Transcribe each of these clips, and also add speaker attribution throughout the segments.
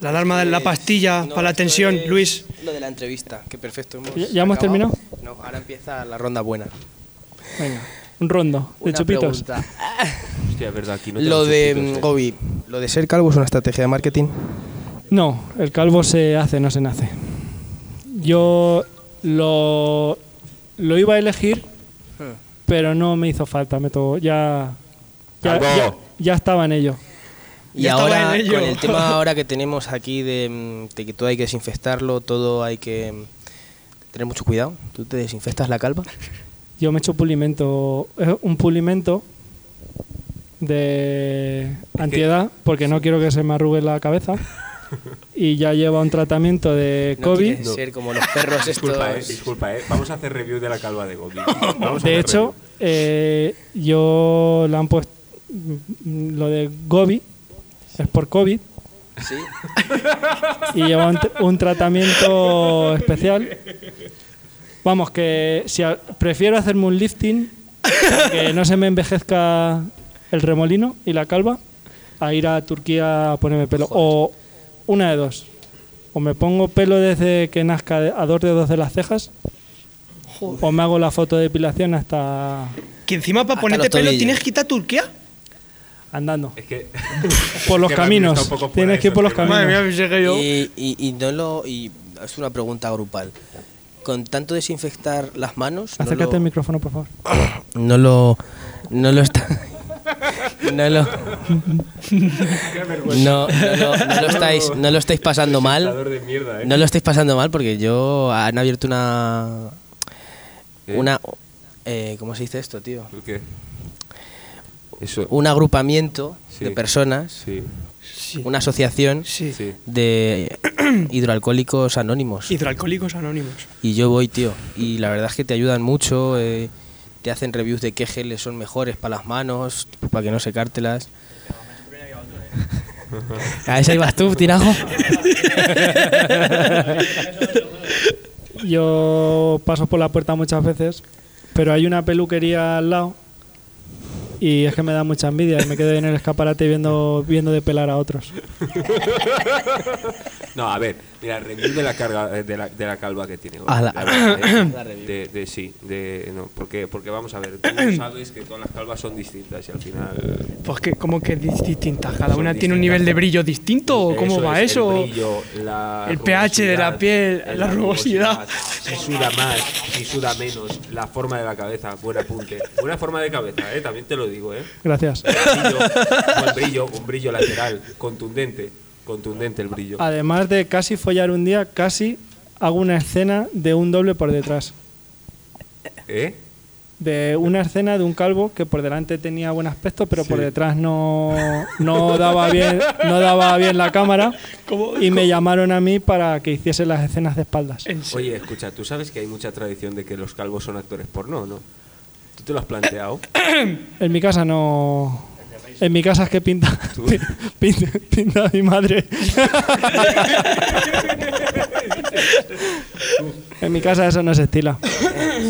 Speaker 1: La alarma de la
Speaker 2: Pues,
Speaker 1: pastilla
Speaker 2: no,
Speaker 1: para la
Speaker 2: esto
Speaker 1: tensión,
Speaker 2: es
Speaker 1: Luis.
Speaker 2: Lo de la entrevista, que perfecto. hemos
Speaker 3: ¿Ya- ya hemos
Speaker 2: acabado. No, ahora empieza la ronda buena.
Speaker 3: Venga, un rondo de
Speaker 2: Una
Speaker 3: chupitos.
Speaker 2: pregunta.
Speaker 4: Hostia, es verdad, aquí no
Speaker 2: lo
Speaker 4: tenemos
Speaker 2: de
Speaker 4: chupitos,
Speaker 2: mm,
Speaker 4: eh.
Speaker 2: Gobi, lo de ser calvo es una estrategia de marketing.
Speaker 3: No, el calvo se hace, no se nace. Yo lo, lo iba a elegir,
Speaker 2: Hmm.
Speaker 3: pero no me hizo falta. Me to- ya, ya,
Speaker 4: Calvo.
Speaker 3: ya, ya estaba en ello.
Speaker 2: Y
Speaker 1: Ya estaba
Speaker 2: ahora,
Speaker 1: en ello.
Speaker 2: con el tema ahora que tenemos aquí de, mm, de que todo hay que desinfectarlo, todo hay que mm, tener mucho cuidado. ¿Tú te desinfectas la calva?
Speaker 3: Yo me he hecho pulimento, eh, un pulimento de antiedad, porque no quiero que se me arrugue la cabeza. Y ya lleva un tratamiento de
Speaker 2: No
Speaker 3: COVID.
Speaker 2: quieres ser como los perros
Speaker 4: Disculpa, eh,
Speaker 2: estos.
Speaker 4: disculpa, eh. Vamos a hacer review de la calva de Gobi. Vamos a
Speaker 3: De
Speaker 4: hacer
Speaker 3: hecho,
Speaker 4: review.
Speaker 3: eh, yo la han puesto mm, lo de Gobi, es por COVID,
Speaker 2: Sí.
Speaker 3: y lleva un, tr- un tratamiento especial. Vamos, que si a- prefiero hacerme un lifting, para que no se me envejezca el remolino y la calva, a ir a Turquía a ponerme pelo. O una de dos. O me pongo pelo desde que nazca de- a dos dedos de las cejas, o me hago la foto de depilación hasta
Speaker 1: Que encima para
Speaker 2: Hasta
Speaker 1: ponerte
Speaker 2: los
Speaker 1: pelo
Speaker 2: tobillos.
Speaker 1: tienes que ir a Turquía.
Speaker 3: andando.
Speaker 4: Es que.
Speaker 3: Por los
Speaker 4: que Ramiro
Speaker 3: caminos.
Speaker 4: está un poco fuera
Speaker 3: Tienes
Speaker 4: de
Speaker 3: que ir por
Speaker 4: esos
Speaker 3: los
Speaker 4: temas.
Speaker 3: caminos.
Speaker 1: pensé que
Speaker 2: Y, y- y no lo, y es una pregunta grupal. Con tanto desinfectar las manos, no
Speaker 3: Acércate
Speaker 2: lo-
Speaker 3: al micrófono, por favor.
Speaker 2: No lo. No lo está. No lo. No, no, lo- no lo estáis, no lo estáis pasando
Speaker 4: Presentador
Speaker 2: mal.
Speaker 4: de mierda, eh.
Speaker 2: No lo estáis pasando mal porque yo. Han abierto una.
Speaker 4: Eh.
Speaker 2: Una. eh, ¿Cómo se dice esto, tío?
Speaker 4: ¿Tú ¿Qué? Eso.
Speaker 2: Un agrupamiento
Speaker 4: Sí.
Speaker 2: de personas,
Speaker 4: Sí.
Speaker 2: una asociación
Speaker 1: Sí.
Speaker 4: Sí.
Speaker 2: de hidroalcohólicos anónimos.
Speaker 1: Hidroalcohólicos anónimos.
Speaker 2: Y yo voy, tío. Y la verdad es que te ayudan mucho. eh, te hacen reviews de qué geles son mejores para las manos, para que no secártelas. A esa ibas tú, tirajo.
Speaker 3: Yo paso por la puerta muchas veces, pero hay una peluquería al lado y es que me da mucha envidia y me quedo en el escaparate viendo, viendo de pelar a otros.
Speaker 4: No, a ver, mira, review de la carga eh, de la, de la calva que tiene.
Speaker 2: A la-
Speaker 4: La verdad, eh,
Speaker 2: La review.
Speaker 4: de, de- sí, de no, porque porque vamos a ver, tú sabes que todas las calvas son distintas y al final
Speaker 1: Pues que como que dis- distintas. Cada
Speaker 4: Son
Speaker 1: una tiene un
Speaker 4: distintas.
Speaker 1: nivel de brillo distinto. ¿o ¿Cómo va
Speaker 4: es,
Speaker 1: eso?
Speaker 4: El, brillo, la
Speaker 1: El pH de la
Speaker 4: rugosidad,
Speaker 1: piel,
Speaker 4: eh,
Speaker 1: la rugosidad.
Speaker 4: Si suda más, si suda menos, la forma de la cabeza, buen apunte. Buena forma de cabeza, eh, también te lo digo, eh.
Speaker 3: Gracias.
Speaker 4: Brillo, buen brillo, un brillo lateral, contundente, contundente el brillo.
Speaker 3: Además de casi follar un día, casi hago una escena de un doble por detrás.
Speaker 4: ¿Eh?
Speaker 3: De una escena de un calvo que por delante tenía buen aspecto, pero por detrás no, no, daba bien, no daba bien la cámara.
Speaker 1: ¿Cómo- Eh.
Speaker 3: Y me llamaron a mí para que hiciese las escenas de espaldas.
Speaker 1: En serio.
Speaker 4: Oye, escucha, tú sabes que hay mucha tradición de que los calvos son actores porno, ¿no? ¿Tú te lo has planteado?
Speaker 3: En mi casa no. En mi casa es que pinta. pi- Pinta, pinta mi madre. en mi casa eso no se estila.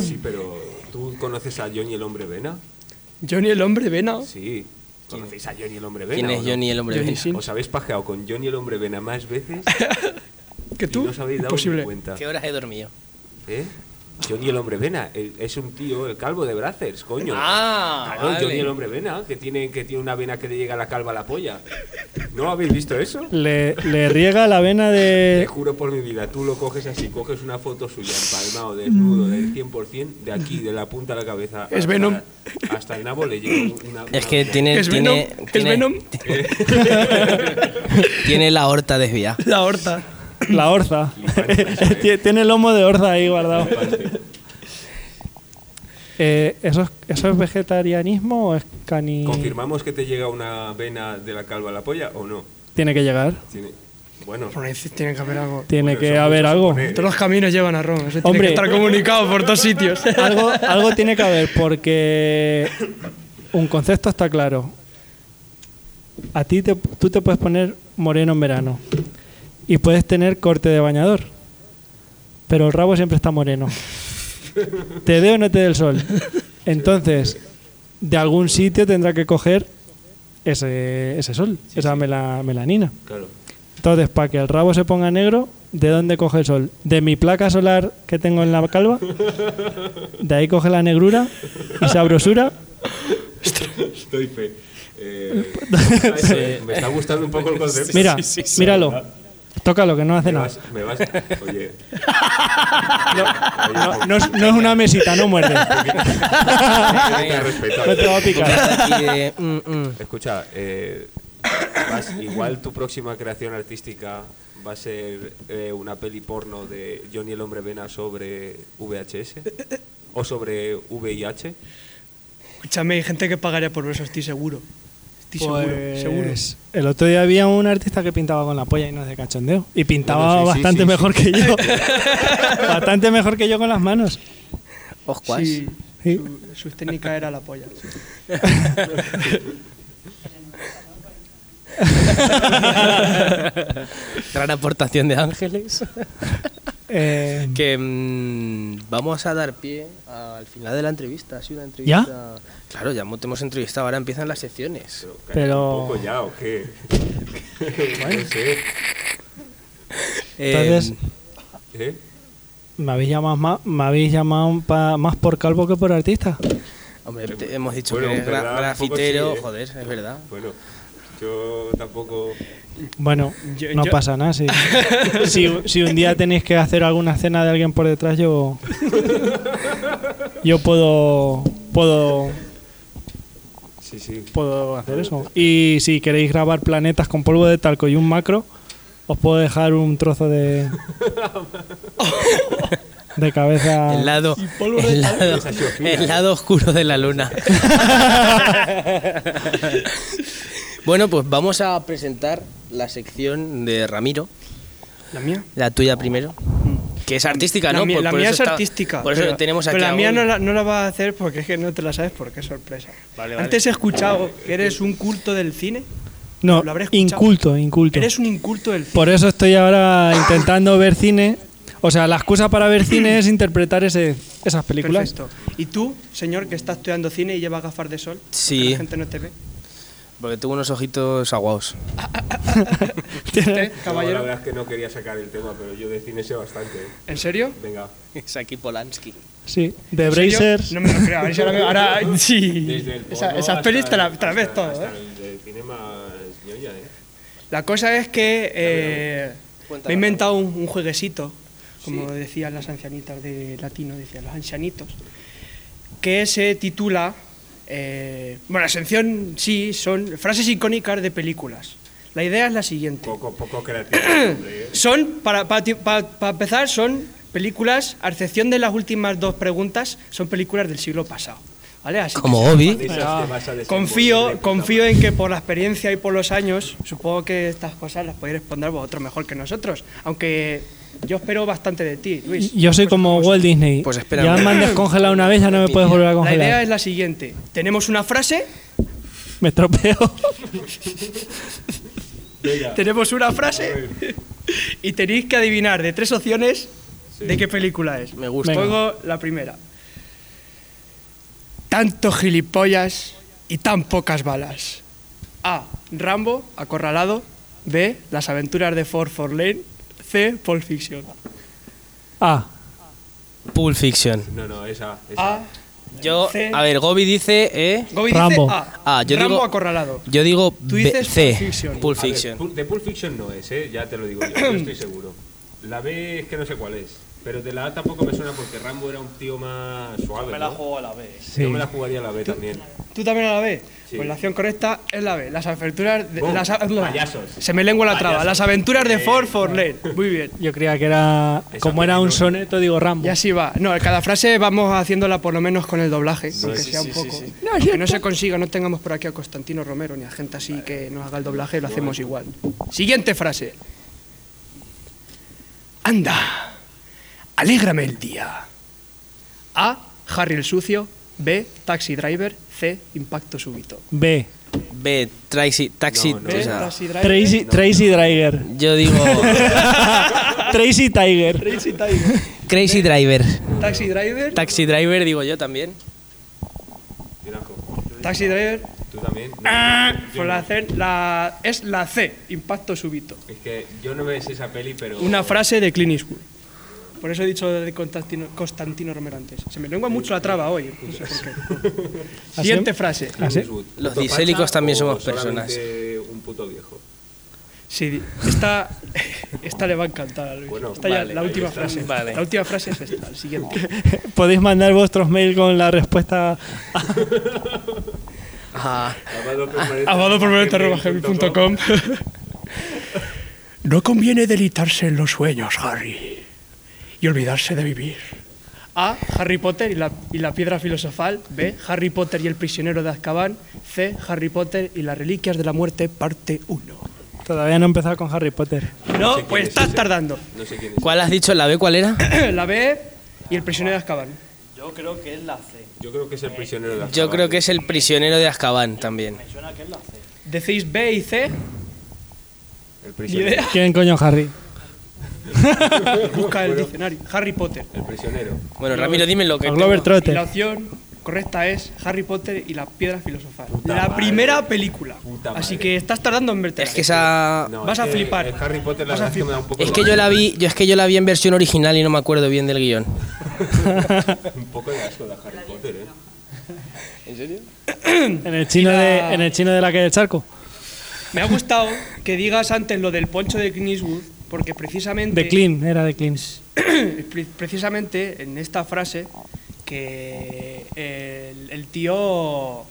Speaker 4: Sí, pero ¿tú conoces a Johnny el hombre vena?
Speaker 1: Johnny el hombre vena.
Speaker 4: Sí. ¿Conocéis a Johnny el hombre vena?
Speaker 2: ¿Quién
Speaker 4: o
Speaker 2: es
Speaker 4: no?
Speaker 2: Johnny el hombre? este?
Speaker 1: Johnny
Speaker 2: vena?
Speaker 1: Sin.
Speaker 4: ¿Os habéis pajeado con Johnny el hombre vena más veces?
Speaker 1: Que tú.
Speaker 4: Y no os habéis dado ni
Speaker 1: Imposible.
Speaker 4: cuenta.
Speaker 2: ¿Qué horas he dormido?
Speaker 4: ¿Eh? Johnny el hombre vena, el- es un tío, el calvo de Brazers, coño.
Speaker 2: Ah,
Speaker 4: Claro,
Speaker 2: vale.
Speaker 4: Johnny el hombre vena, que tiene, que tiene una vena que le llega a la calva a la polla. ¿No habéis visto eso?
Speaker 1: Eh.
Speaker 3: Le, le riega la vena
Speaker 4: Te
Speaker 3: de.
Speaker 4: juro por mi vida, tú lo coges así, coges una foto suya empalmado, desnudo, del 100%, de aquí, de la punta de la cabeza.
Speaker 1: Mm. Es
Speaker 4: hasta-
Speaker 1: Venom.
Speaker 4: Hasta el nabo le llega una.
Speaker 2: Es
Speaker 4: una-
Speaker 2: que tiene.
Speaker 1: ¿Es
Speaker 2: tiene,
Speaker 1: Venom? ¿Es
Speaker 2: tiene-
Speaker 1: Venom?
Speaker 2: Tiene la horta desviada.
Speaker 1: La horta.
Speaker 3: La orza. Tie- Tiene el lomo de orza ahí guardado. Eh, ¿eso, es, ¿Eso es vegetarianismo o es cani.?
Speaker 4: ¿Confirmamos que te llega una vena de la calva a la polla o no?
Speaker 3: Tiene que llegar.
Speaker 4: Tiene- Bueno,
Speaker 1: Por ahí sí tiene que haber algo.
Speaker 3: Tiene
Speaker 4: Bueno,
Speaker 3: que
Speaker 4: eso
Speaker 3: haber
Speaker 4: mucho
Speaker 3: algo.
Speaker 4: supone.
Speaker 1: Todos los caminos llevan a Roma. Eso tiene
Speaker 3: Hombre.
Speaker 1: que estar comunicado por todos sitios.
Speaker 3: algo, algo tiene que haber, porque un concepto está claro. A ti te, tú te puedes poner moreno en verano y puedes tener corte de bañador, pero el rabo siempre está moreno. Te dé o no te dé el sol. Entonces, de algún sitio tendrá que coger ese, ese sol, esa mela- melanina.
Speaker 4: claro.
Speaker 3: Entonces, para que el rabo se ponga negro, ¿de dónde coge el sol? De mi placa solar que tengo en la calva. De ahí coge la negrura y sabrosura.
Speaker 4: Estoy fe. Eh, ay, se- me está gustando un poco el concepto.
Speaker 3: Mira, míralo. Tócalo, que no hace
Speaker 4: Me
Speaker 3: nada.
Speaker 4: vas, me vas, oye,
Speaker 3: No, no es, no es una mesita, no muerde.
Speaker 4: te respeto.
Speaker 3: No te va a picar.
Speaker 2: Aquí de, mm, mm.
Speaker 4: Escucha, eh, vas- igual tu próxima creación artística va a ser eh, una peli porno de Johnny el Hombre Vena sobre VHS o sobre VIH.
Speaker 1: Escúchame, hay gente que pagaría por verlo, estoy seguro. Estoy
Speaker 3: Pues,
Speaker 1: seguro, seguro.
Speaker 3: El otro día había un artista que pintaba con la polla y no es de cachondeo. Y pintaba
Speaker 4: Bueno, sí, sí,
Speaker 3: bastante
Speaker 4: sí,
Speaker 3: mejor que yo. bastante mejor que yo con las manos.
Speaker 2: Oscuas.
Speaker 1: Sí,
Speaker 3: Sí.
Speaker 1: Su, su técnica era la polla.
Speaker 2: Gran aportación de Ángeles.
Speaker 3: Eh,
Speaker 2: Que mm, vamos a dar pie al final de la entrevista. Ha sido una entrevista. Claro, ya mo- te hemos entrevistado. Ahora empiezan las secciones.
Speaker 4: Pero, cállate
Speaker 3: Pero-
Speaker 4: un poco ya o qué? no sé.
Speaker 2: Eh,
Speaker 3: Entonces-
Speaker 4: ¿eh?
Speaker 3: me habéis llamado, más, me habéis llamado pa- más por calvo que por artista.
Speaker 2: hombre, te- hemos dicho
Speaker 4: Bueno,
Speaker 2: que eres
Speaker 4: en
Speaker 2: gra-
Speaker 4: verdad, un poco
Speaker 2: grafitero.
Speaker 4: sí, ¿eh?
Speaker 2: Joder, es verdad.
Speaker 4: Bueno, yo tampoco.
Speaker 3: Bueno,
Speaker 1: Yo-
Speaker 3: no
Speaker 1: yo-
Speaker 3: pasa nada. Si, si, si un día tenéis que hacer alguna cena de alguien por detrás, yo. Yo puedo. Puedo.
Speaker 4: Sí, sí.
Speaker 3: Puedo hacer eso. Y si queréis grabar planetas con polvo de talco y un macro, os puedo dejar un trozo de. de cabeza.
Speaker 2: El lado, el lado,
Speaker 1: ¿eh?
Speaker 2: el lado oscuro de la luna. bueno, pues vamos a presentar la sección de Ramiro,
Speaker 1: ¿La mía?
Speaker 2: la tuya primero, que es artística,
Speaker 1: Oh. la
Speaker 2: ¿no?
Speaker 1: mía,
Speaker 2: Por-
Speaker 1: la
Speaker 2: por
Speaker 1: mía es
Speaker 2: eso está-
Speaker 1: artística.
Speaker 2: Por eso
Speaker 1: pero,
Speaker 2: tenemos aquí
Speaker 1: pero la
Speaker 2: a
Speaker 1: mía
Speaker 2: un-
Speaker 1: no la, no la va a hacer porque es que no te la sabes porque es sorpresa.
Speaker 2: Vale, vale.
Speaker 1: Antes he escuchado que eres un culto del cine.
Speaker 3: No,
Speaker 1: Lo habré escuchado.
Speaker 3: inculto, inculto.
Speaker 1: Eres un inculto del cine.
Speaker 3: Por eso estoy ahora intentando ver cine. O sea, la excusa para ver cine es interpretar ese, esas películas.
Speaker 1: Perfecto. ¿Y tú, señor, que estás estudiando cine y llevas gafas de sol?
Speaker 2: Sí.
Speaker 1: Que la gente no te ve.
Speaker 2: Porque tengo unos ojitos aguados.
Speaker 1: ¿Usted,
Speaker 4: Yo, la
Speaker 1: Este, caballero?
Speaker 4: verdad es que no quería sacar el tema, pero yo de cine sé bastante.
Speaker 1: ¿En serio?
Speaker 4: Venga.
Speaker 2: Es aquí Polanski.
Speaker 3: Sí, de
Speaker 1: ¿En serio?
Speaker 3: Brazers.
Speaker 1: No me lo creo. a ver si ahora, me- ahora- sí.
Speaker 4: Desde el porno
Speaker 1: Esa- esas
Speaker 4: hasta
Speaker 1: pelis te
Speaker 4: el-
Speaker 1: las te las ves
Speaker 4: hasta-
Speaker 1: todo, ¿eh?
Speaker 4: hasta el de cine más ñoña, ¿eh?
Speaker 1: La cosa es que eh,
Speaker 2: Cuéntala.
Speaker 1: me he inventado un, un jueguecito, como decían las ancianitas de latino, decían los ancianitos, que se titula. eh, bueno, la sección sí son frases icónicas de películas. La idea es la siguiente.
Speaker 4: Poco, poco creativo. hombre, ¿eh?
Speaker 1: Son, para, para ti- para- para empezar, son películas, a excepción de las últimas dos preguntas, son películas del siglo pasado. ¿Vale? Así que
Speaker 2: Como
Speaker 1: se-
Speaker 4: De
Speaker 2: Obi.
Speaker 4: esas
Speaker 3: Ah.
Speaker 4: que vas a desenvolver de
Speaker 1: Confío,
Speaker 4: puta
Speaker 1: confío
Speaker 4: madre.
Speaker 1: en que por la experiencia y por los años, supongo que estas cosas las podéis responder vosotros mejor que nosotros. Aunque yo espero bastante de ti, Luis.
Speaker 3: Yo soy como Walt Disney.
Speaker 2: Pues espera.
Speaker 3: ya me han descongelado una vez, ya no me puedes volver a
Speaker 1: La idea
Speaker 3: congelar.
Speaker 1: es la siguiente. Tenemos una frase,
Speaker 3: Me estropeo.
Speaker 4: Venga,
Speaker 1: tenemos una frase y tenéis que adivinar de tres opciones de qué película es.
Speaker 2: Me gusta.
Speaker 3: Venga.
Speaker 1: Pongo la primera. Tanto gilipollas y tan pocas balas. A. Rambo, acorralado. B. Las aventuras de Ford Forlane. C. Pulp Fiction.
Speaker 3: Ah,
Speaker 2: Pulp Fiction.
Speaker 4: No, no, esa. esa.
Speaker 1: A.
Speaker 2: Yo,
Speaker 1: C.
Speaker 2: a ver, Gobi dice, eh,
Speaker 1: Gobi
Speaker 3: Rambo.
Speaker 1: dice A.
Speaker 2: Ah, yo
Speaker 1: Rambo
Speaker 2: digo-
Speaker 1: acorralado.
Speaker 2: yo digo
Speaker 1: Tú
Speaker 2: B-
Speaker 1: dices
Speaker 2: C.
Speaker 1: Pulp Fiction.
Speaker 2: Pulp
Speaker 4: A ver,
Speaker 2: Fiction.
Speaker 4: Pul- de Pulp Fiction no es, ¿eh? Ya te lo digo yo, yo estoy seguro. La B es que no sé cuál es. Pero de la A tampoco me suena porque Rambo era un tío más suave. Me la juego a la B. Yo me la jugaría a la B también.
Speaker 1: ¿Tú también a la B?
Speaker 4: Sí.
Speaker 1: Pues la acción correcta es la B. Las aventuras de.
Speaker 4: Oh,
Speaker 1: las,
Speaker 4: payasos.
Speaker 1: Se me lengua la traba.
Speaker 4: Payasos. Eh,
Speaker 1: Las aventuras de Ford Forlane. Muy bien.
Speaker 3: yo creía que era.
Speaker 4: Esa
Speaker 3: Como era un
Speaker 4: película.
Speaker 3: soneto, digo Rambo.
Speaker 1: Y así va. No, cada frase vamos haciéndola por lo menos con el doblaje, aunque sea un poco. Aunque no se consiga, no tengamos por aquí a Constantino Romero ni a gente así que nos haga el doblaje, lo hacemos igual. Siguiente frase. Anda, alégrame el día. A. Harry el sucio. B. Taxi driver. C. Impacto súbito.
Speaker 3: B.
Speaker 2: B, Tracy, Taxi.
Speaker 4: No, no.
Speaker 1: B.
Speaker 2: o sea,
Speaker 1: Taxi driver.
Speaker 3: Tracy, Tracy Driver.
Speaker 2: yo digo
Speaker 3: Tracy Tiger.
Speaker 1: Tracy Tiger.
Speaker 2: Crazy Driver.
Speaker 1: Taxi driver.
Speaker 2: Taxi Driver digo yo también.
Speaker 4: Mira, jo,
Speaker 1: Taxi driver.
Speaker 4: Tú también. No,
Speaker 2: Ah,
Speaker 4: yo
Speaker 1: Por
Speaker 4: no.
Speaker 1: la C- la- es la C, impacto súbito.
Speaker 4: Es que yo no me sé esa peli, pero.
Speaker 1: Una frase de Clint Eastwood. Por eso he dicho de Constantino, Constantino Romero antes. Se me lengua mucho la traba hoy. No sé por qué. Siguiente frase.
Speaker 3: Así.
Speaker 4: Clint Eastwood,
Speaker 2: Los
Speaker 4: ¿puto
Speaker 2: disélicos
Speaker 4: facha
Speaker 2: también
Speaker 4: o
Speaker 2: somos
Speaker 4: solamente Un puto viejo.
Speaker 1: Sí, esta, esta le va a encantar a Luis.
Speaker 4: Bueno,
Speaker 1: esta ya-
Speaker 2: vale,
Speaker 1: la
Speaker 2: ahí
Speaker 1: última
Speaker 2: está.
Speaker 1: frase.
Speaker 2: Vale.
Speaker 1: La última frase es esta, el siguiente.
Speaker 3: Podéis mandar vuestros mail con la respuesta
Speaker 2: Ah,
Speaker 1: Abado por gmail.com. No conviene delitarse en los sueños, Harry, y olvidarse de vivir. A. Harry Potter y la, y la piedra filosofal. B. Harry Potter y el prisionero de Azkaban. C. Harry Potter y las reliquias de la muerte, parte 1.
Speaker 3: Todavía no he empezado con Harry Potter.
Speaker 1: No,
Speaker 4: quién
Speaker 1: pues
Speaker 4: es
Speaker 1: estás
Speaker 4: ese.
Speaker 1: tardando.
Speaker 4: No sé quién es.
Speaker 2: ¿Cuál has dicho? ¿La B cuál era?
Speaker 1: la B y el prisionero de Azkaban.
Speaker 5: Yo creo que es la C.
Speaker 4: Yo creo que es el prisionero de la
Speaker 2: Yo creo que es el prisionero de Azkaban también.
Speaker 5: Me suena que es la C.
Speaker 1: Decís B y C.
Speaker 4: El
Speaker 1: Ni
Speaker 4: prisionero.
Speaker 1: idea.
Speaker 3: ¿Quién coño es Harry?
Speaker 1: Busca el diccionario. Harry Potter.
Speaker 4: El prisionero.
Speaker 2: Bueno, Ramiro, dime lo que.
Speaker 3: A Glover
Speaker 2: tengo.
Speaker 1: Y la
Speaker 3: Trotter.
Speaker 1: opción correcta es Harry Potter y la piedra filosofal.
Speaker 4: Puta
Speaker 1: la
Speaker 4: madre.
Speaker 1: primera película.
Speaker 4: Puta
Speaker 1: Así
Speaker 4: madre.
Speaker 1: que estás tardando en verte.
Speaker 2: Es que esa.
Speaker 4: No,
Speaker 1: Vas a
Speaker 4: es que
Speaker 1: flipar.
Speaker 4: el Harry Potter la
Speaker 1: Vas a
Speaker 4: verdad es que me da un poco
Speaker 2: Es
Speaker 4: de
Speaker 2: que yo la
Speaker 4: asco.
Speaker 2: vi, yo es que yo la vi en versión original y no me acuerdo bien del guión.
Speaker 4: Un poco de asco de Harry Potter, ¿eh?
Speaker 2: ¿En serio?
Speaker 3: En el chino de, en el chino de la calle del charco.
Speaker 1: Me ha gustado que digas antes lo del poncho de Clint Eastwood, porque precisamente.
Speaker 3: De Clean, era de Clean.
Speaker 1: pre- precisamente en esta frase que el, el tío.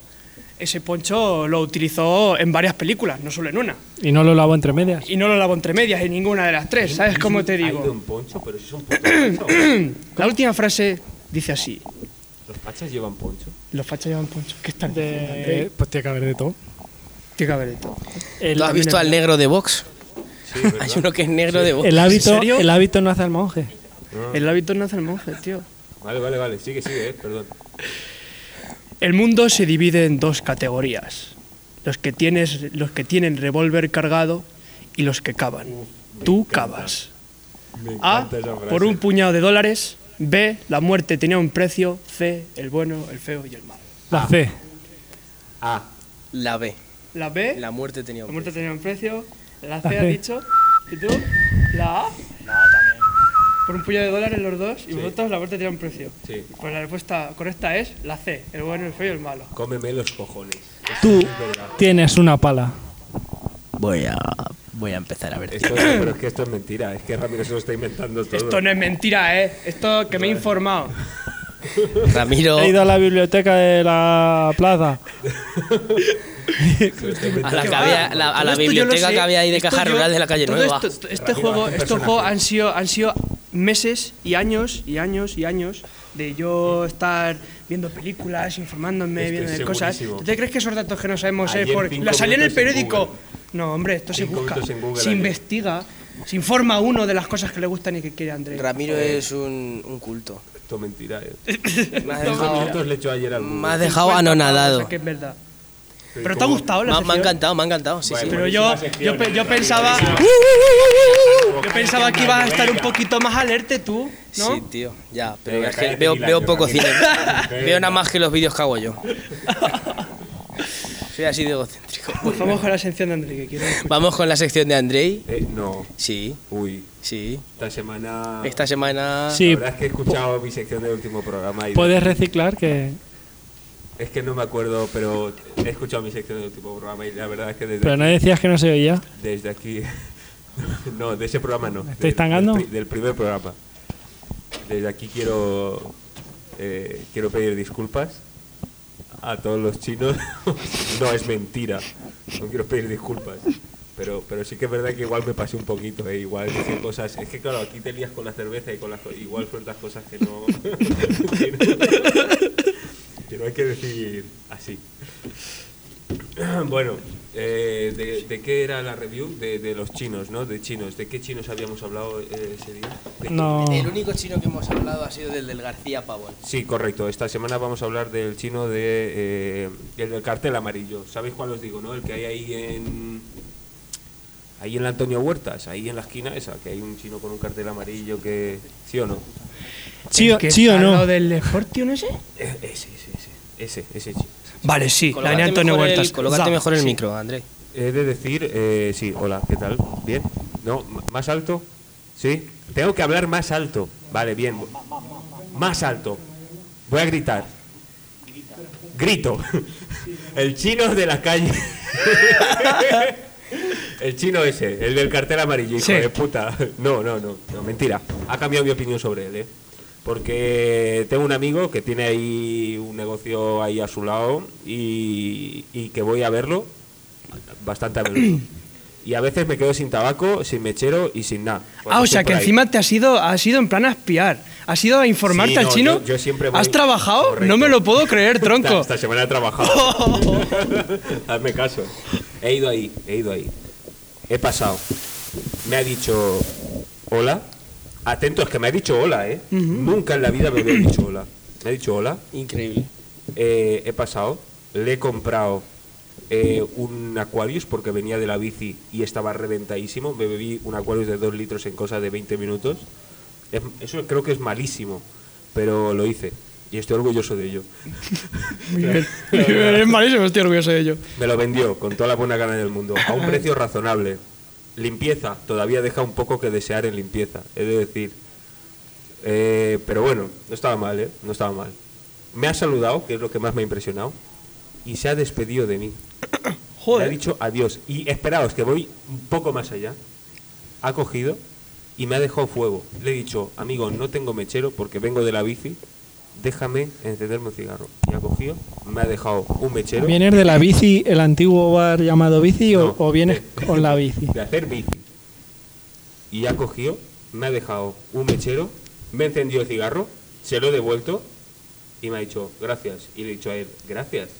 Speaker 1: Ese poncho lo utilizó en varias películas, no solo en una.
Speaker 3: Y no lo lavo entre medias.
Speaker 1: Y no lo lavó entre medias en ninguna de las tres, ¿sabes cómo te
Speaker 4: Ha ido
Speaker 1: digo?
Speaker 4: un poncho, pero si es un puto facha, ¿o?
Speaker 1: La última frase dice así:
Speaker 4: ¿eh? Los pachas llevan poncho.
Speaker 1: Los fachas llevan poncho. ¿Qué están diciendo, Andrei?
Speaker 3: De- pues tiene que haber de todo.
Speaker 1: Tiene que haber de todo.
Speaker 3: El,
Speaker 2: ¿Tú has visto al negro de Vox?
Speaker 4: Sí, ¿verdad?
Speaker 2: Hay uno que es negro de Vox.
Speaker 3: el
Speaker 1: Oh, ¿En
Speaker 3: hábito,
Speaker 1: serio?
Speaker 3: el hábito no hace al monje.
Speaker 1: El hábito no hace el monje, tío.
Speaker 4: Vale, vale, vale. Sigue, sigue, eh. Perdón.
Speaker 1: El mundo se divide en dos categorías. Los que, tienes, los que tienen revólver cargado y los que cavan. Tú cavas.
Speaker 4: Me
Speaker 1: A,
Speaker 4: encanta esa frase.
Speaker 1: Ah, por un puñado de dólares. B, la muerte tenía un precio. C, el bueno, el feo y el malo.
Speaker 3: La C.
Speaker 4: Ah,
Speaker 2: La B.
Speaker 1: La B,
Speaker 2: La
Speaker 1: la,
Speaker 2: muerte tenía. un
Speaker 1: muerte
Speaker 2: precio.
Speaker 1: tenía un precio. La
Speaker 3: La
Speaker 1: C, ha
Speaker 3: C.
Speaker 1: dicho. ¿Y tú? La
Speaker 5: La
Speaker 1: A.
Speaker 5: A también.
Speaker 1: Por un puñado de dólares los dos. Y
Speaker 4: Sí.
Speaker 1: vosotros, la muerte tenía un precio.
Speaker 4: sí.
Speaker 1: Pues la respuesta correcta es la C, el bueno, el feo y el malo.
Speaker 4: Cómeme los cojones. Eso
Speaker 3: Tú
Speaker 4: es verdad.
Speaker 3: tienes una pala.
Speaker 2: Voy a voy a empezar a ver.
Speaker 4: Esto, pero es que esto es mentira. Es que Ramiro se lo está inventando todo.
Speaker 1: Esto no es mentira, ¿eh? Esto que me he informado. Oh.
Speaker 2: Ramiro
Speaker 3: He ido a la biblioteca de la plaza.
Speaker 4: Se lo está inventando.
Speaker 2: a la, que había- la- a la
Speaker 1: Todo esto yo lo
Speaker 2: biblioteca
Speaker 1: sé.
Speaker 2: que había ahí de
Speaker 1: Esto
Speaker 2: caja
Speaker 1: yo-
Speaker 2: rural de la calle
Speaker 1: todo
Speaker 2: Nueva.
Speaker 1: esto- t- este
Speaker 4: Ramiro,
Speaker 1: juego,
Speaker 4: hace un
Speaker 1: estos
Speaker 4: personaje.
Speaker 1: juegos han sido, han sido meses y años y años y años de yo estar viendo películas, informándome,
Speaker 4: Estoy
Speaker 1: viendo de cosas.
Speaker 4: Este segurísimo.
Speaker 1: ¿Tú te crees que esos datos que no sabemos es
Speaker 4: Ayer
Speaker 1: por
Speaker 4: cinco
Speaker 1: la salía en el
Speaker 4: minutos en
Speaker 1: periódico?
Speaker 4: Google.
Speaker 1: no, hombre, esto se
Speaker 4: Cinco
Speaker 1: busca,
Speaker 4: minutos en Google
Speaker 1: se
Speaker 4: ayer.
Speaker 1: investiga, se informa uno de las cosas que le gustan y que quiere Andrés.
Speaker 2: Ramiro es un, un culto.
Speaker 4: Esto es mentira, eh.
Speaker 2: Me has
Speaker 4: Cinco
Speaker 2: dejado,
Speaker 4: minutos le echó ayer al
Speaker 2: me has
Speaker 4: Google.
Speaker 2: dejado anonadado.
Speaker 1: Que es verdad.
Speaker 4: Pero
Speaker 1: Pero te ha
Speaker 4: ¿cómo?
Speaker 1: gustado
Speaker 2: Me
Speaker 1: la
Speaker 2: ha, me ha
Speaker 1: sección?
Speaker 2: encantado, me ha encantado. Sí, sí.
Speaker 1: Pero yo, yo, pe- yo pensaba. Yo pensaba que ibas a estar un poquito más alerte tú, ¿no?
Speaker 2: Sí, tío, ya, pero
Speaker 4: Venga,
Speaker 2: es que
Speaker 4: cállate
Speaker 2: veo,
Speaker 4: mil
Speaker 2: veo
Speaker 4: años,
Speaker 2: poco
Speaker 4: Ramiro.
Speaker 2: cine.
Speaker 4: Venga.
Speaker 2: veo nada más que los vídeos que hago yo. Soy así de egocéntrico.
Speaker 1: Pues vamos con la sección de André, que quiero escuchar.
Speaker 2: Vamos con la sección de Andrei.
Speaker 4: Eh, no.
Speaker 2: Sí,
Speaker 4: Uy.
Speaker 2: sí.
Speaker 4: Esta semana.
Speaker 2: Esta semana.
Speaker 3: Sí.
Speaker 4: La verdad es que he escuchado mi sección del último programa. Y
Speaker 3: Puedes reciclar que.
Speaker 4: Es que no me acuerdo, pero he escuchado mi sección del último programa y la verdad es que desde,
Speaker 3: Pero no decías que no se oía.
Speaker 4: desde aquí. no, de ese programa no.
Speaker 3: estáis
Speaker 4: del-
Speaker 3: tangando?
Speaker 4: Del, pri- del primer programa. Desde aquí quiero. eh, quiero pedir disculpas a todos los chinos. no, es mentira. No quiero pedir disculpas. Pero, pero sí que es verdad que igual me pasé un poquito, eh, igual dije cosas. Es que claro, aquí te lías con la cerveza y con las co- igual sueltas cosas que no. que no hay que decir así. Bueno, eh, de, de qué era la review? De, de los chinos, ¿no? De chinos. ¿De qué chinos habíamos hablado eh, ese día? ¿De qué?
Speaker 3: No.
Speaker 2: El único chino que hemos hablado ha sido del del García Pavón.
Speaker 4: Sí, correcto. Esta semana vamos a hablar del chino de eh, el del cartel amarillo. ¿Sabéis cuál os digo, no? El que hay ahí en ahí en la Antonio Huertas, ahí en la esquina esa, que hay un chino con un cartel amarillo que sí o no.
Speaker 3: Sí, o-
Speaker 1: ¿El que
Speaker 3: sí o
Speaker 1: está al
Speaker 3: no.
Speaker 1: lado del Sportio, no sé?
Speaker 4: Eh, Ese, ese, ese, ese, ese chino.
Speaker 1: Vale, sí, la de
Speaker 2: Colócate
Speaker 1: Antonio
Speaker 2: mejor el-
Speaker 1: Huertas.
Speaker 2: colócate
Speaker 1: Za,
Speaker 2: mejor el
Speaker 1: sí.
Speaker 2: micro, Andrés.
Speaker 4: He de decir, eh, sí, hola, ¿qué tal? ¿Bien? ¿No? M- ¿Más alto? ¿Sí? Tengo que hablar más alto. Vale, bien. Más alto. Voy a gritar. Grito. El chino de la calle. El chino ese, el del cartel amarillo, hijo
Speaker 1: Sí.
Speaker 4: de puta. No, no, no, no, mentira. Ha cambiado mi opinión sobre él, ¿eh? Porque tengo un amigo que tiene ahí un negocio ahí a su lado y, y que voy a verlo bastante a menudo. Y a veces me quedo sin tabaco, sin mechero y sin nada.
Speaker 1: Ah,
Speaker 4: cuando
Speaker 1: o
Speaker 4: estoy
Speaker 1: sea, que
Speaker 4: por ahí.
Speaker 1: encima te has ido, has ido en plan a espiar. Has ido a informarte
Speaker 4: Sí,
Speaker 1: al
Speaker 4: no,
Speaker 1: chino.
Speaker 4: yo- yo siempre voy-
Speaker 1: ¿Has trabajado?
Speaker 4: Correcto.
Speaker 1: No me lo puedo creer, tronco.
Speaker 4: Esta, esta semana he trabajado. Hazme caso. He ido ahí, he ido ahí. He pasado. Me ha dicho hola. Atento, es que me ha dicho hola, ¿eh? Nunca en la vida me había dicho hola. Me ha dicho hola.
Speaker 2: Increíble.
Speaker 4: Eh, he pasado, le he comprado eh, un Aquarius porque venía de la bici y estaba reventadísimo. Me bebí un Aquarius de 2 litros en cosa de 20 minutos. Es- eso creo que es malísimo, pero lo hice y estoy orgulloso de ello.
Speaker 1: es malísimo, estoy orgulloso de ello.
Speaker 4: Me lo vendió con toda la buena gana del mundo, a un precio razonable. Limpieza, todavía deja un poco que desear en limpieza, he de decir. Eh, pero bueno, no estaba mal, ¿eh? No estaba mal. Me ha saludado, que es lo que más me ha impresionado, y se ha despedido de mí. Me ha
Speaker 1: Joder.
Speaker 4: dicho adiós. Y esperaos, que voy un poco más allá. Ha cogido y me ha dejado fuego. Le he dicho, amigo, no tengo mechero porque vengo de la bici. Déjame encenderme un cigarro. Y ha cogido, me ha dejado un mechero.
Speaker 3: ¿Vienes de la bici, el antiguo bar llamado bici,
Speaker 4: No.
Speaker 3: o, o vienes con la bici?
Speaker 4: de hacer bici. Y ha cogido, me ha dejado un mechero, me ha encendido el cigarro, se lo he devuelto y me ha dicho gracias. Y le he dicho a él, gracias.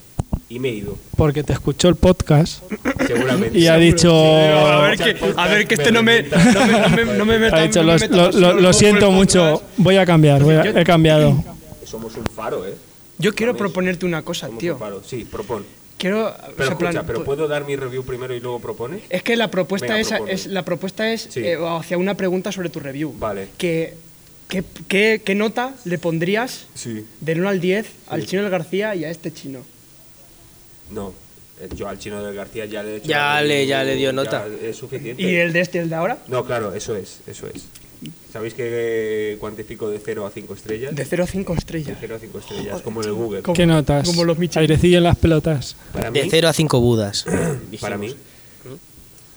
Speaker 4: Y me he ido,
Speaker 3: Porque te escuchó el podcast
Speaker 4: seguramente.
Speaker 3: y ha
Speaker 1: a
Speaker 3: dicho...
Speaker 1: ver que, a ver que este no me, no me, no me, no me meta-
Speaker 3: Ha dicho,
Speaker 1: no me
Speaker 3: lo,
Speaker 1: meta
Speaker 3: lo-
Speaker 1: más
Speaker 3: lo-
Speaker 1: en el
Speaker 3: lo
Speaker 1: ojo
Speaker 3: siento
Speaker 1: el
Speaker 3: mucho,
Speaker 1: podcast".
Speaker 3: voy a cambiar, voy a- he cambiado.
Speaker 4: Somos un faro, ¿eh?
Speaker 1: Yo quiero
Speaker 4: También.
Speaker 1: proponerte una cosa,
Speaker 4: Somos
Speaker 1: Ah, tío.
Speaker 4: un faro, sí, propón.
Speaker 1: Quiero. o
Speaker 4: Pero
Speaker 1: sea,
Speaker 4: escucha,
Speaker 1: plan,
Speaker 4: ¿pero
Speaker 1: pu-
Speaker 4: puedo dar mi review primero y luego propones?
Speaker 1: Es que la propuesta
Speaker 4: Venga,
Speaker 1: es,
Speaker 4: propone.
Speaker 1: es- la propuesta es
Speaker 4: Sí.
Speaker 1: eh, hacia una pregunta sobre tu review.
Speaker 4: Vale.
Speaker 1: Que, que- que- ¿Qué nota le pondrías
Speaker 4: Sí.
Speaker 1: del 1 al 10 al chino del García y a este chino?
Speaker 4: No, eh, yo al chino del García ya le he hecho
Speaker 2: Ya
Speaker 4: la
Speaker 2: le-
Speaker 4: review,
Speaker 2: ya le dio nota.
Speaker 4: Es suficiente.
Speaker 1: ¿Y el de este y el de ahora?
Speaker 4: No, claro, eso es, eso es. ¿Sabéis que eh, cuantifico de 0 a 5 estrellas?
Speaker 1: De 0 a 5 estrellas.
Speaker 4: De 0 a 5 estrellas, como en el Google.
Speaker 1: Como-
Speaker 3: ¿Qué notas?
Speaker 1: Como los Michelin.
Speaker 3: Airecillo en las pelotas.
Speaker 4: Para mí,
Speaker 2: De ¿Mm? 0 a 5 budas.
Speaker 4: para mí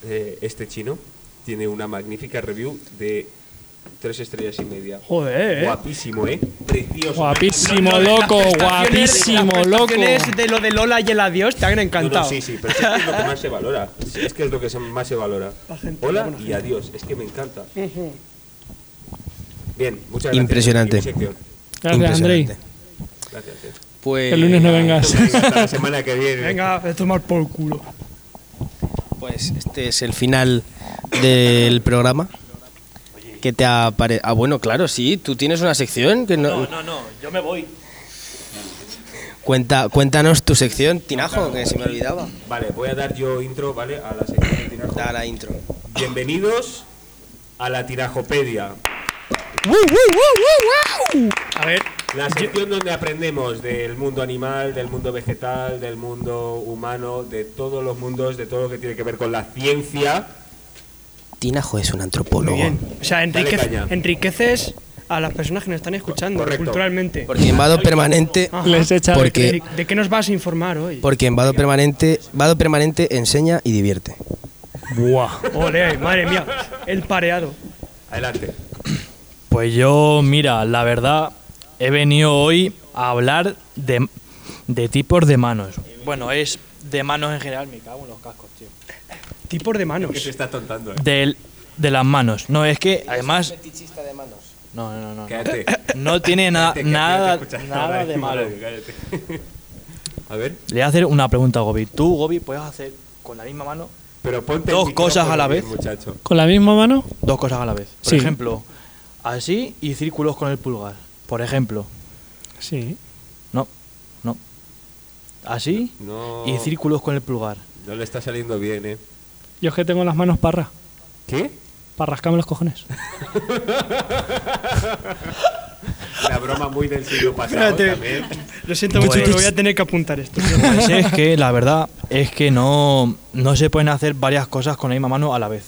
Speaker 4: eh, este chino tiene una magnífica review de 3 estrellas y media.
Speaker 1: Joder, eh.
Speaker 4: Guapísimo, ¿eh? Precioso.
Speaker 3: Guapísimo,
Speaker 1: Las
Speaker 3: loco,
Speaker 1: prestaciones-
Speaker 3: guapísimo,
Speaker 1: las
Speaker 3: loco.
Speaker 1: prestaciones de lo de Lola y el adiós te han
Speaker 4: No, no,
Speaker 1: encantado.
Speaker 4: sí, sí, pero sí, es que es lo que más se valora. Sí, Es que es lo que se- más se valora.
Speaker 1: La gente, la
Speaker 4: Hola
Speaker 1: buena
Speaker 4: y adiós. Es que me encanta. Bien, muchas gracias.
Speaker 2: Impresionante.
Speaker 4: Y mi sección.
Speaker 3: Gracias, Andrei.
Speaker 2: Impresionante.
Speaker 4: Gracias. eh.
Speaker 2: Pues,
Speaker 3: El lunes no vengas.
Speaker 4: Hasta la semana que viene.
Speaker 1: Venga, a tomar por culo.
Speaker 2: Pues este es el final del programa. ¿Qué te ha pare- Ah, bueno, claro, sí. Tú tienes una sección que no...
Speaker 5: No, no, no, yo me voy.
Speaker 2: Cuenta, cuéntanos tu sección, Tinajo, que se me olvidaba.
Speaker 4: Vale, voy a dar yo intro, ¿vale? A la sección de Tinajo.
Speaker 2: Da la intro.
Speaker 4: Bienvenidos a la Tirajopedia.
Speaker 1: A ver,
Speaker 4: La sección donde aprendemos del mundo animal, del mundo vegetal, del mundo humano, de todos los mundos, de todo lo que tiene que ver con la ciencia.
Speaker 2: Tinajo es un
Speaker 1: muy
Speaker 2: antropólogo.
Speaker 1: bien. O sea, enriquece-
Speaker 4: Dale caña.
Speaker 1: enriqueces a las personas que nos están escuchando
Speaker 4: Correcto.
Speaker 1: culturalmente.
Speaker 2: Porque en vado permanente,
Speaker 5: Ah.
Speaker 1: Ajá.
Speaker 3: Les echa
Speaker 2: porque,
Speaker 1: ¿De, de qué nos vas a informar hoy?
Speaker 2: porque en vado permanente, vado permanente enseña y divierte.
Speaker 6: Buah.
Speaker 1: Ole, madre mía, el pareado.
Speaker 4: Adelante.
Speaker 6: Pues yo, mira, la verdad, he venido hoy a hablar de, de tipos de manos. Bueno, es de manos en general, me cago en los cascos, tío.
Speaker 1: Tipos de
Speaker 4: Que se
Speaker 1: manos.
Speaker 4: está tontando, eh.
Speaker 6: Del, de las manos. No, es que además. No, no, no. No,
Speaker 4: Cállate.
Speaker 6: no tiene na-
Speaker 4: Cállate, que
Speaker 6: nada,
Speaker 4: no te escuchas
Speaker 6: nada
Speaker 4: ahora
Speaker 6: de
Speaker 4: mismo,
Speaker 6: malo.
Speaker 4: cállate. A ver,
Speaker 6: Le voy a hacer una pregunta a Gobi. Tú, Gobi, puedes hacer con la misma mano
Speaker 4: pero ponte el
Speaker 6: Dos cosas a la
Speaker 4: micrófono
Speaker 6: vez.
Speaker 4: bien, muchacho.
Speaker 3: ¿Con la misma mano?
Speaker 6: dos cosas a la vez. Por
Speaker 3: Sí.
Speaker 6: ejemplo, así y círculos con el pulgar. Por ejemplo,
Speaker 3: Sí.
Speaker 6: no, no. Así
Speaker 4: No,
Speaker 6: y círculos con el pulgar.
Speaker 4: no le está saliendo bien, eh.
Speaker 3: Yo es que tengo las manos parras.
Speaker 4: ¿Qué?
Speaker 3: Para rascarme los cojones.
Speaker 4: La broma muy del siglo pasado
Speaker 1: Espérate.
Speaker 4: también.
Speaker 1: Lo siento mucho,
Speaker 6: Pues-
Speaker 1: pero voy a tener que apuntar esto.
Speaker 6: Pues es que la verdad es que no, no se pueden hacer varias cosas con la misma mano a la vez.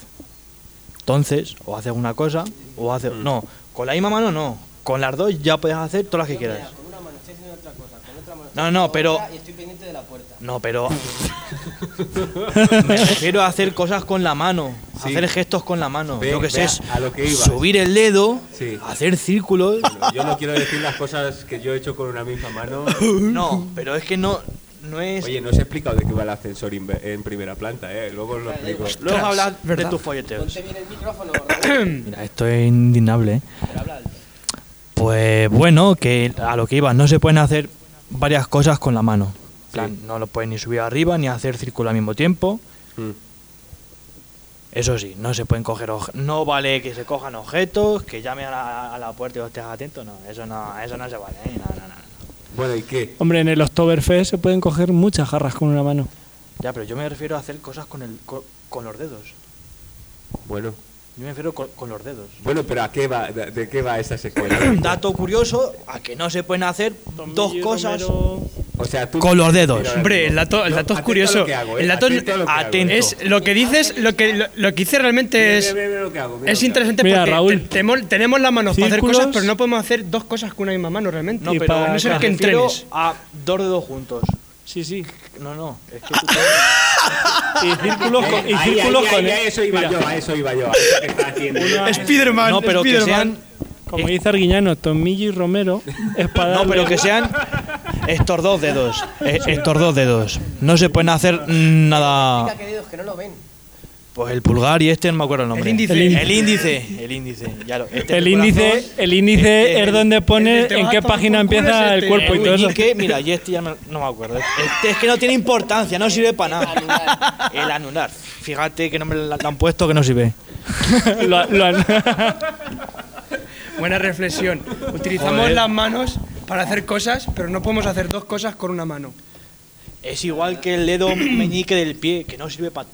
Speaker 6: Entonces, o haces una cosa, o haces.
Speaker 4: Mm.
Speaker 6: No, con la misma mano no. Con las dos ya puedes hacer todas las que quieras.
Speaker 7: Con una mano estoy haciendo otra cosa, con otra mano estoy
Speaker 6: No, no, pero.
Speaker 7: y estoy pendiente de la puerta.
Speaker 6: No, pero. Me refiero a hacer cosas con la mano.
Speaker 4: Sí.
Speaker 6: Hacer gestos con la mano.
Speaker 4: Ve-
Speaker 6: yo que
Speaker 4: ve
Speaker 6: sé, es
Speaker 4: a lo que ibas.
Speaker 6: subir el dedo,
Speaker 4: Sí.
Speaker 6: hacer círculos.
Speaker 4: Bueno, yo no quiero decir las cosas que yo he hecho con una misma mano.
Speaker 6: No, pero es que no, no es.
Speaker 4: Oye, no os he explicado de qué va el ascensor inve- en primera planta, ¿eh? Luego os lo explico.
Speaker 6: Luego hablas de tus folleteos.
Speaker 7: Ponte bien el micrófono, Raúl.
Speaker 6: Mira, esto es indignable. ¿eh?
Speaker 7: Pero habla alto.
Speaker 6: Pues bueno, que a lo que iba, no se pueden hacer varias cosas con la mano. En plan, No lo puedes ni subir arriba ni hacer círculo al mismo tiempo.
Speaker 4: Mm.
Speaker 6: Eso sí, no se pueden coger obje- No vale que se cojan objetos, que llame a la, a la puerta y estés atento. No, eso no, eso no se vale. ¿eh? No, no, no.
Speaker 4: Bueno, ¿y qué?
Speaker 3: Hombre, en el Oktoberfest se pueden coger muchas jarras con una mano.
Speaker 6: Ya, pero yo me refiero a hacer cosas con, el, co- con, los dedos.
Speaker 4: Bueno,
Speaker 6: Yo me refiero con, con los dedos.
Speaker 4: bueno, pero ¿a qué va? ¿De de qué va esta secuela?
Speaker 6: Dato curioso, a que no se pueden hacer dos cosas.
Speaker 4: O sea, tú-
Speaker 6: Con los dedos.
Speaker 4: Mira,
Speaker 1: Hombre, el dato, el
Speaker 4: No,
Speaker 1: dato es
Speaker 4: atento a
Speaker 1: curioso.
Speaker 4: lo que hago, ¿eh?
Speaker 1: El dato
Speaker 4: Atento a lo que hago,
Speaker 6: atento.
Speaker 4: ¿eh?
Speaker 1: es lo que dices, lo que lo, lo que hice realmente es
Speaker 4: Mira, mira, mira lo que hago, mira lo
Speaker 1: es
Speaker 4: que
Speaker 1: interesante
Speaker 3: Mira,
Speaker 1: porque
Speaker 3: Raúl.
Speaker 1: te- temo- tenemos las manos para hacer
Speaker 3: Círculos.
Speaker 1: cosas, pero no podemos hacer dos cosas con una misma mano realmente.
Speaker 6: No,
Speaker 3: Y
Speaker 6: pero
Speaker 3: para
Speaker 1: a no ser
Speaker 3: acá.
Speaker 1: que
Speaker 6: me refiero
Speaker 1: entrenes.
Speaker 6: a dos dedos juntos.
Speaker 3: Sí, sí.
Speaker 6: No, no, es que tú te-
Speaker 3: Y círculos
Speaker 4: hago.
Speaker 3: con.
Speaker 4: Eh,
Speaker 3: Y
Speaker 4: ahí,
Speaker 3: círculos
Speaker 4: ahí,
Speaker 3: con
Speaker 4: ahí, a eso iba
Speaker 3: Mira,
Speaker 4: yo, a eso iba yo. a eso que está haciendo.
Speaker 3: Ah,
Speaker 1: Spiderman,
Speaker 6: No, pero que
Speaker 1: Spiderman.
Speaker 6: sean
Speaker 3: Como dice Arguiñano, Tomillo y Romero es para
Speaker 6: No,
Speaker 3: darle-
Speaker 6: pero que sean estos dos dedos, eh, estos dos dedos. No se pueden hacer mm,
Speaker 7: Mira,
Speaker 6: nada.
Speaker 7: queridos, que no lo ven.
Speaker 6: Pues el pulgar y este no me acuerdo el nombre.
Speaker 1: El índice.
Speaker 6: El índice, el índice, ya lo- este es
Speaker 3: el
Speaker 6: corazón,
Speaker 3: índice, el
Speaker 6: este
Speaker 3: índice es
Speaker 6: el-
Speaker 3: donde
Speaker 1: el
Speaker 3: pone
Speaker 1: que te
Speaker 3: en
Speaker 1: va
Speaker 3: qué
Speaker 1: a tomar
Speaker 3: página
Speaker 1: por culo
Speaker 3: empieza
Speaker 1: es
Speaker 3: el
Speaker 1: este,
Speaker 3: cuerpo y
Speaker 6: el
Speaker 3: todo eso.
Speaker 6: meñique, mira, y este ya no, no me acuerdo. Este es que no tiene importancia, no sirve para nada. El anular. Fíjate qué nombre le han puesto que no sirve.
Speaker 3: Lo- lo han-
Speaker 1: Buena reflexión. Utilizamos las manos para hacer cosas, pero no podemos hacer dos cosas con una mano.
Speaker 6: Es igual que el dedo meñique del pie, que no sirve para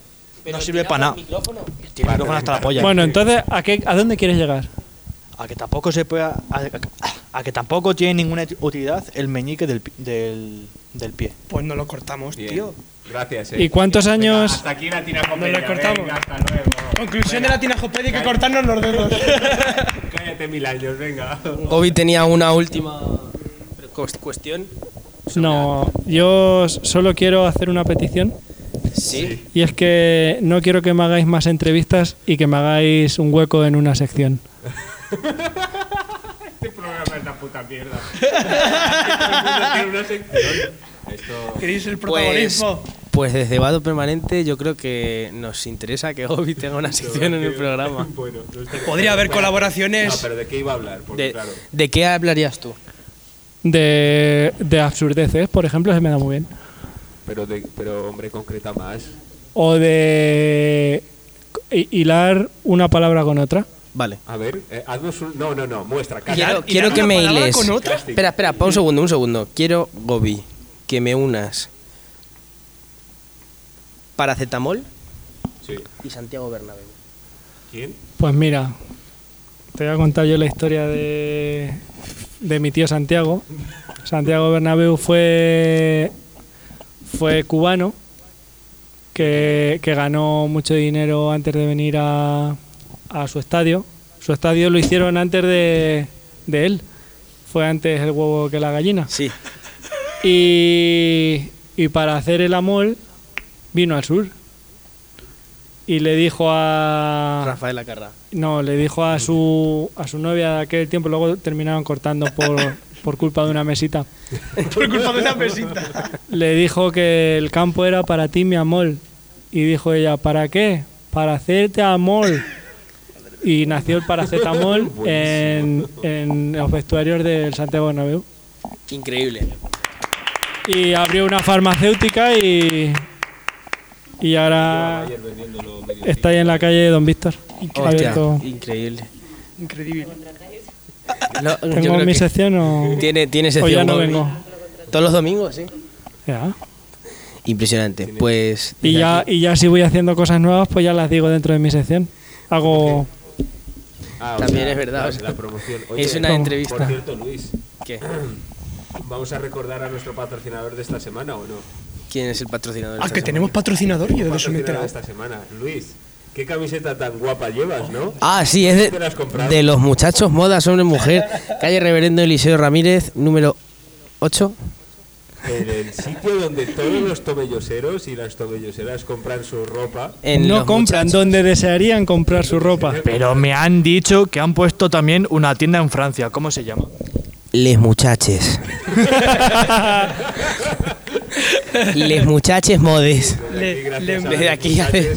Speaker 7: Pero
Speaker 6: no sirve
Speaker 7: tiramos
Speaker 6: para nada.
Speaker 7: el micrófono.
Speaker 6: Tiene el micrófono hasta la polla.
Speaker 3: bueno, entonces, ¿a, qué, ¿a dónde quieres llegar?
Speaker 6: A que tampoco se pueda. A, a- a que tampoco tiene ninguna utilidad el meñique del, pi- del, del pie.
Speaker 1: Pues no lo cortamos,
Speaker 4: Bien.
Speaker 1: tío.
Speaker 4: Gracias, eh.
Speaker 3: ¿Y cuántos
Speaker 4: Venga,
Speaker 3: años?
Speaker 4: Hasta aquí la tiracomedia.
Speaker 1: Nos la cortamos.
Speaker 4: venga, hasta luego.
Speaker 1: Conclusión
Speaker 4: Venga,
Speaker 1: de la tinajopedia que cortarnos los dedos.
Speaker 4: Cállate mil años, venga.
Speaker 2: Gobi tenía una última cuest- cuestión.
Speaker 3: No, yo s- solo quiero hacer una petición
Speaker 2: Sí.
Speaker 3: y es que no quiero que me hagáis más entrevistas y que me hagáis un hueco en una sección.
Speaker 4: Este programa es la puta mierda. Todo el mundo tiene una sección. Esto...
Speaker 1: ¿Queréis el
Speaker 2: Pues,
Speaker 1: protagonismo?
Speaker 2: pues desde Vado Permanente yo creo que nos interesa que Gobi tenga una sección en el programa.
Speaker 4: Bueno, no sé.
Speaker 1: Podría haber
Speaker 4: Bueno, No,
Speaker 1: colaboraciones.
Speaker 4: pero ¿de qué iba a hablar? Porque,
Speaker 2: De,
Speaker 4: claro.
Speaker 2: ¿de qué hablarías tú?
Speaker 3: De, de absurdeces, por ejemplo, se me da muy bien.
Speaker 4: Pero, de- pero, hombre, concreta más.
Speaker 3: O de hi- hilar una palabra con otra.
Speaker 2: Vale.
Speaker 4: A ver, eh, haznos un. No, no, no, muestra, calla.
Speaker 2: Quiero, quiero
Speaker 1: una
Speaker 2: que me
Speaker 1: palabra
Speaker 2: hiles.
Speaker 1: con otra?
Speaker 2: Espera, espera, pa un segundo, un segundo. Quiero, Gobi, que me unas paracetamol
Speaker 4: Sí.
Speaker 2: y Santiago Bernabéu.
Speaker 4: ¿Quién?
Speaker 3: Pues mira, te voy a contar yo la historia de, de mi tío Santiago. Santiago Bernabéu fue, fue cubano que, que ganó mucho dinero antes de venir a, a su estadio. Su estadio lo hicieron antes de, de él. Fue antes el huevo que la gallina.
Speaker 2: Sí.
Speaker 3: Y, y para hacer el amor vino al sur. Y le dijo a...
Speaker 2: Rafael Acarra.
Speaker 3: No, le dijo a su, a su novia de aquel tiempo, luego terminaron cortando por, por culpa de una mesita.
Speaker 1: Por culpa de una pesita.
Speaker 3: Le dijo que el campo era para ti, mi amor. Y dijo ella, ¿para qué? Para hacerte amor. Y nació el paracetamol en, en los vestuarios del Santiago Bernabéu.
Speaker 2: Increíble.
Speaker 3: Y abrió una farmacéutica y, y ahora está ahí en la calle Don Víctor.
Speaker 2: Hostia,
Speaker 3: Abierto.
Speaker 2: increíble.
Speaker 1: Increíble.
Speaker 2: No, yo
Speaker 3: ¿Tengo
Speaker 2: creo que
Speaker 3: mi sección o,
Speaker 2: tiene, tiene
Speaker 3: o
Speaker 2: sección
Speaker 3: ya no
Speaker 2: Gobi.
Speaker 3: vengo?
Speaker 2: Todos los domingos, sí.
Speaker 3: Ya.
Speaker 2: Impresionante. Pues.
Speaker 3: Y
Speaker 2: desde
Speaker 3: ya,
Speaker 2: aquí-
Speaker 3: y ya si voy haciendo cosas nuevas, pues ya las digo dentro de mi sección. Hago
Speaker 4: Ah, o
Speaker 2: También
Speaker 4: sea,
Speaker 2: es verdad.
Speaker 4: la-
Speaker 2: o sea,
Speaker 4: la promoción.
Speaker 2: es
Speaker 4: Oye,
Speaker 2: una
Speaker 4: por Por
Speaker 2: entrevista.
Speaker 4: cierto, Luis,
Speaker 2: ¿Qué?
Speaker 4: vamos a recordar a nuestro patrocinador de esta semana, ¿o no?
Speaker 2: ¿Quién es el patrocinador? de
Speaker 1: Ah,
Speaker 2: esta
Speaker 1: que
Speaker 2: semana?
Speaker 1: tenemos patrocinador, yo de eso me he
Speaker 4: Patrocinador
Speaker 1: enterado.
Speaker 4: de esta semana. Luis, qué camiseta tan guapa llevas, ¿no?
Speaker 2: Ah, sí, es
Speaker 4: ¿Te
Speaker 2: de,
Speaker 4: la has comprado?
Speaker 2: de los muchachos modas hombre mujer, calle Reverendo Eliseo Ramírez, número 8.
Speaker 4: En el sitio donde todos los tomelloseros y las tomelloseras compran su ropa.
Speaker 2: En
Speaker 3: no
Speaker 2: Los
Speaker 3: compran
Speaker 2: Muchachos.
Speaker 3: donde desearían comprar su ropa.
Speaker 6: Pero me han dicho que han puesto también una tienda en Francia. ¿Cómo se llama?
Speaker 2: Les muchaches. Les muchaches modes.
Speaker 1: Le- le-
Speaker 4: a
Speaker 2: desde
Speaker 4: los
Speaker 2: aquí
Speaker 4: muchachos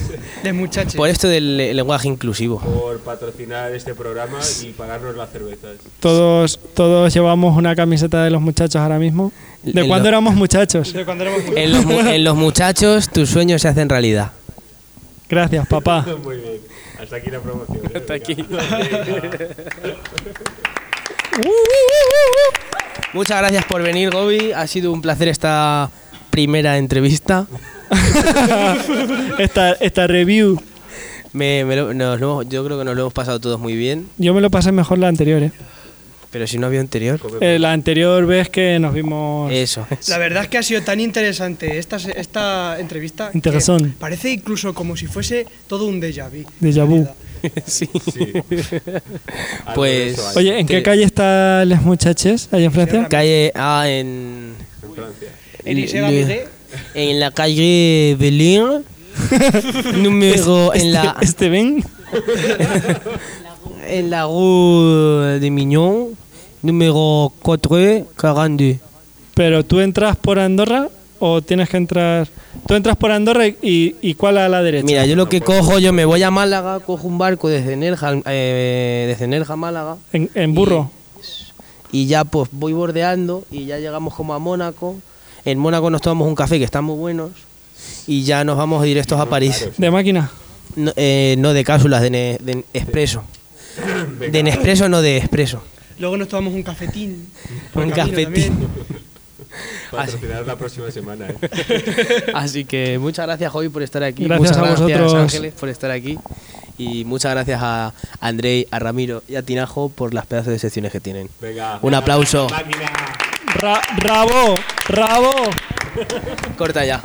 Speaker 1: De muchachos.
Speaker 2: Por esto del le- lenguaje inclusivo.
Speaker 4: por patrocinar este programa y pagarnos las cervezas.
Speaker 3: Todos, todos llevamos una camiseta de los muchachos ahora mismo. ¿De
Speaker 2: El-
Speaker 3: cuándo éramos muchachos?
Speaker 1: De cuando éramos muy-
Speaker 2: En los, mu- en los muchachos tus sueños se hacen realidad.
Speaker 3: Gracias, papá.
Speaker 4: Muy bien. Hasta aquí la promoción. ¿eh?
Speaker 2: Hasta aquí.
Speaker 4: Venga.
Speaker 2: Muchas gracias por venir, Gobi. Ha sido un placer esta primera entrevista.
Speaker 3: esta, esta review.
Speaker 2: Me- me lo- nos lo- yo creo que nos lo hemos pasado todos muy bien,
Speaker 3: Yo me lo pasé mejor la anterior. ¿eh?
Speaker 2: pero si no había anterior,
Speaker 3: Eh, la anterior vez que nos vimos.
Speaker 2: eso.
Speaker 1: La verdad es que ha sido tan interesante esta, se- esta entrevista. que
Speaker 3: Interesante.
Speaker 1: Parece incluso como si fuese todo un déjà vu.
Speaker 3: Déjà vu.
Speaker 1: En realidad.
Speaker 2: Sí.
Speaker 4: Sí. Algo de eso
Speaker 2: Pues
Speaker 4: hay ¿eh?
Speaker 3: Oye, ¿en qué
Speaker 2: te-
Speaker 3: calle están las muchachas allá en Francia?
Speaker 2: Calle A eh, ah, en
Speaker 4: en Francia.
Speaker 1: Eliseo
Speaker 2: Le-
Speaker 1: Amigué.
Speaker 2: en la calle Belén número en la
Speaker 3: Este ven.
Speaker 2: en la rue de Mignon número 442.
Speaker 3: Pero tú entras por Andorra o tienes que entrar. Tú entras por Andorra y, y cuál a la derecha.
Speaker 2: Mira, yo lo que cojo, yo me voy a Málaga, cojo un barco desde Nerja, eh, desde Nerja a Málaga
Speaker 3: En, en burro.
Speaker 2: y ya pues voy bordeando y ya llegamos como a Mónaco. En Mónaco nos tomamos un café que están muy buenos y ya nos vamos directos a París.
Speaker 3: De máquina.
Speaker 2: No, eh, no de cápsulas, de, ne- de expreso. De Nespresso, no de expreso.
Speaker 1: Luego nos tomamos un cafetín. por
Speaker 2: Un
Speaker 1: el camino
Speaker 2: cafetín.
Speaker 1: también.
Speaker 4: Patrocinar la próxima semana. ¿eh?
Speaker 2: Así que muchas gracias, Joy, por estar aquí.
Speaker 3: Gracias
Speaker 2: muchas
Speaker 3: a
Speaker 2: gracias,
Speaker 3: vosotros.
Speaker 2: Ángeles, por estar aquí. Y muchas gracias a Andrei, a Ramiro y a Tinajo por las pedazos de secciones que tienen.
Speaker 4: Venga.
Speaker 2: Un aplauso.
Speaker 4: Máquina.
Speaker 3: Ra- rabo, rabo.
Speaker 2: Corta ya.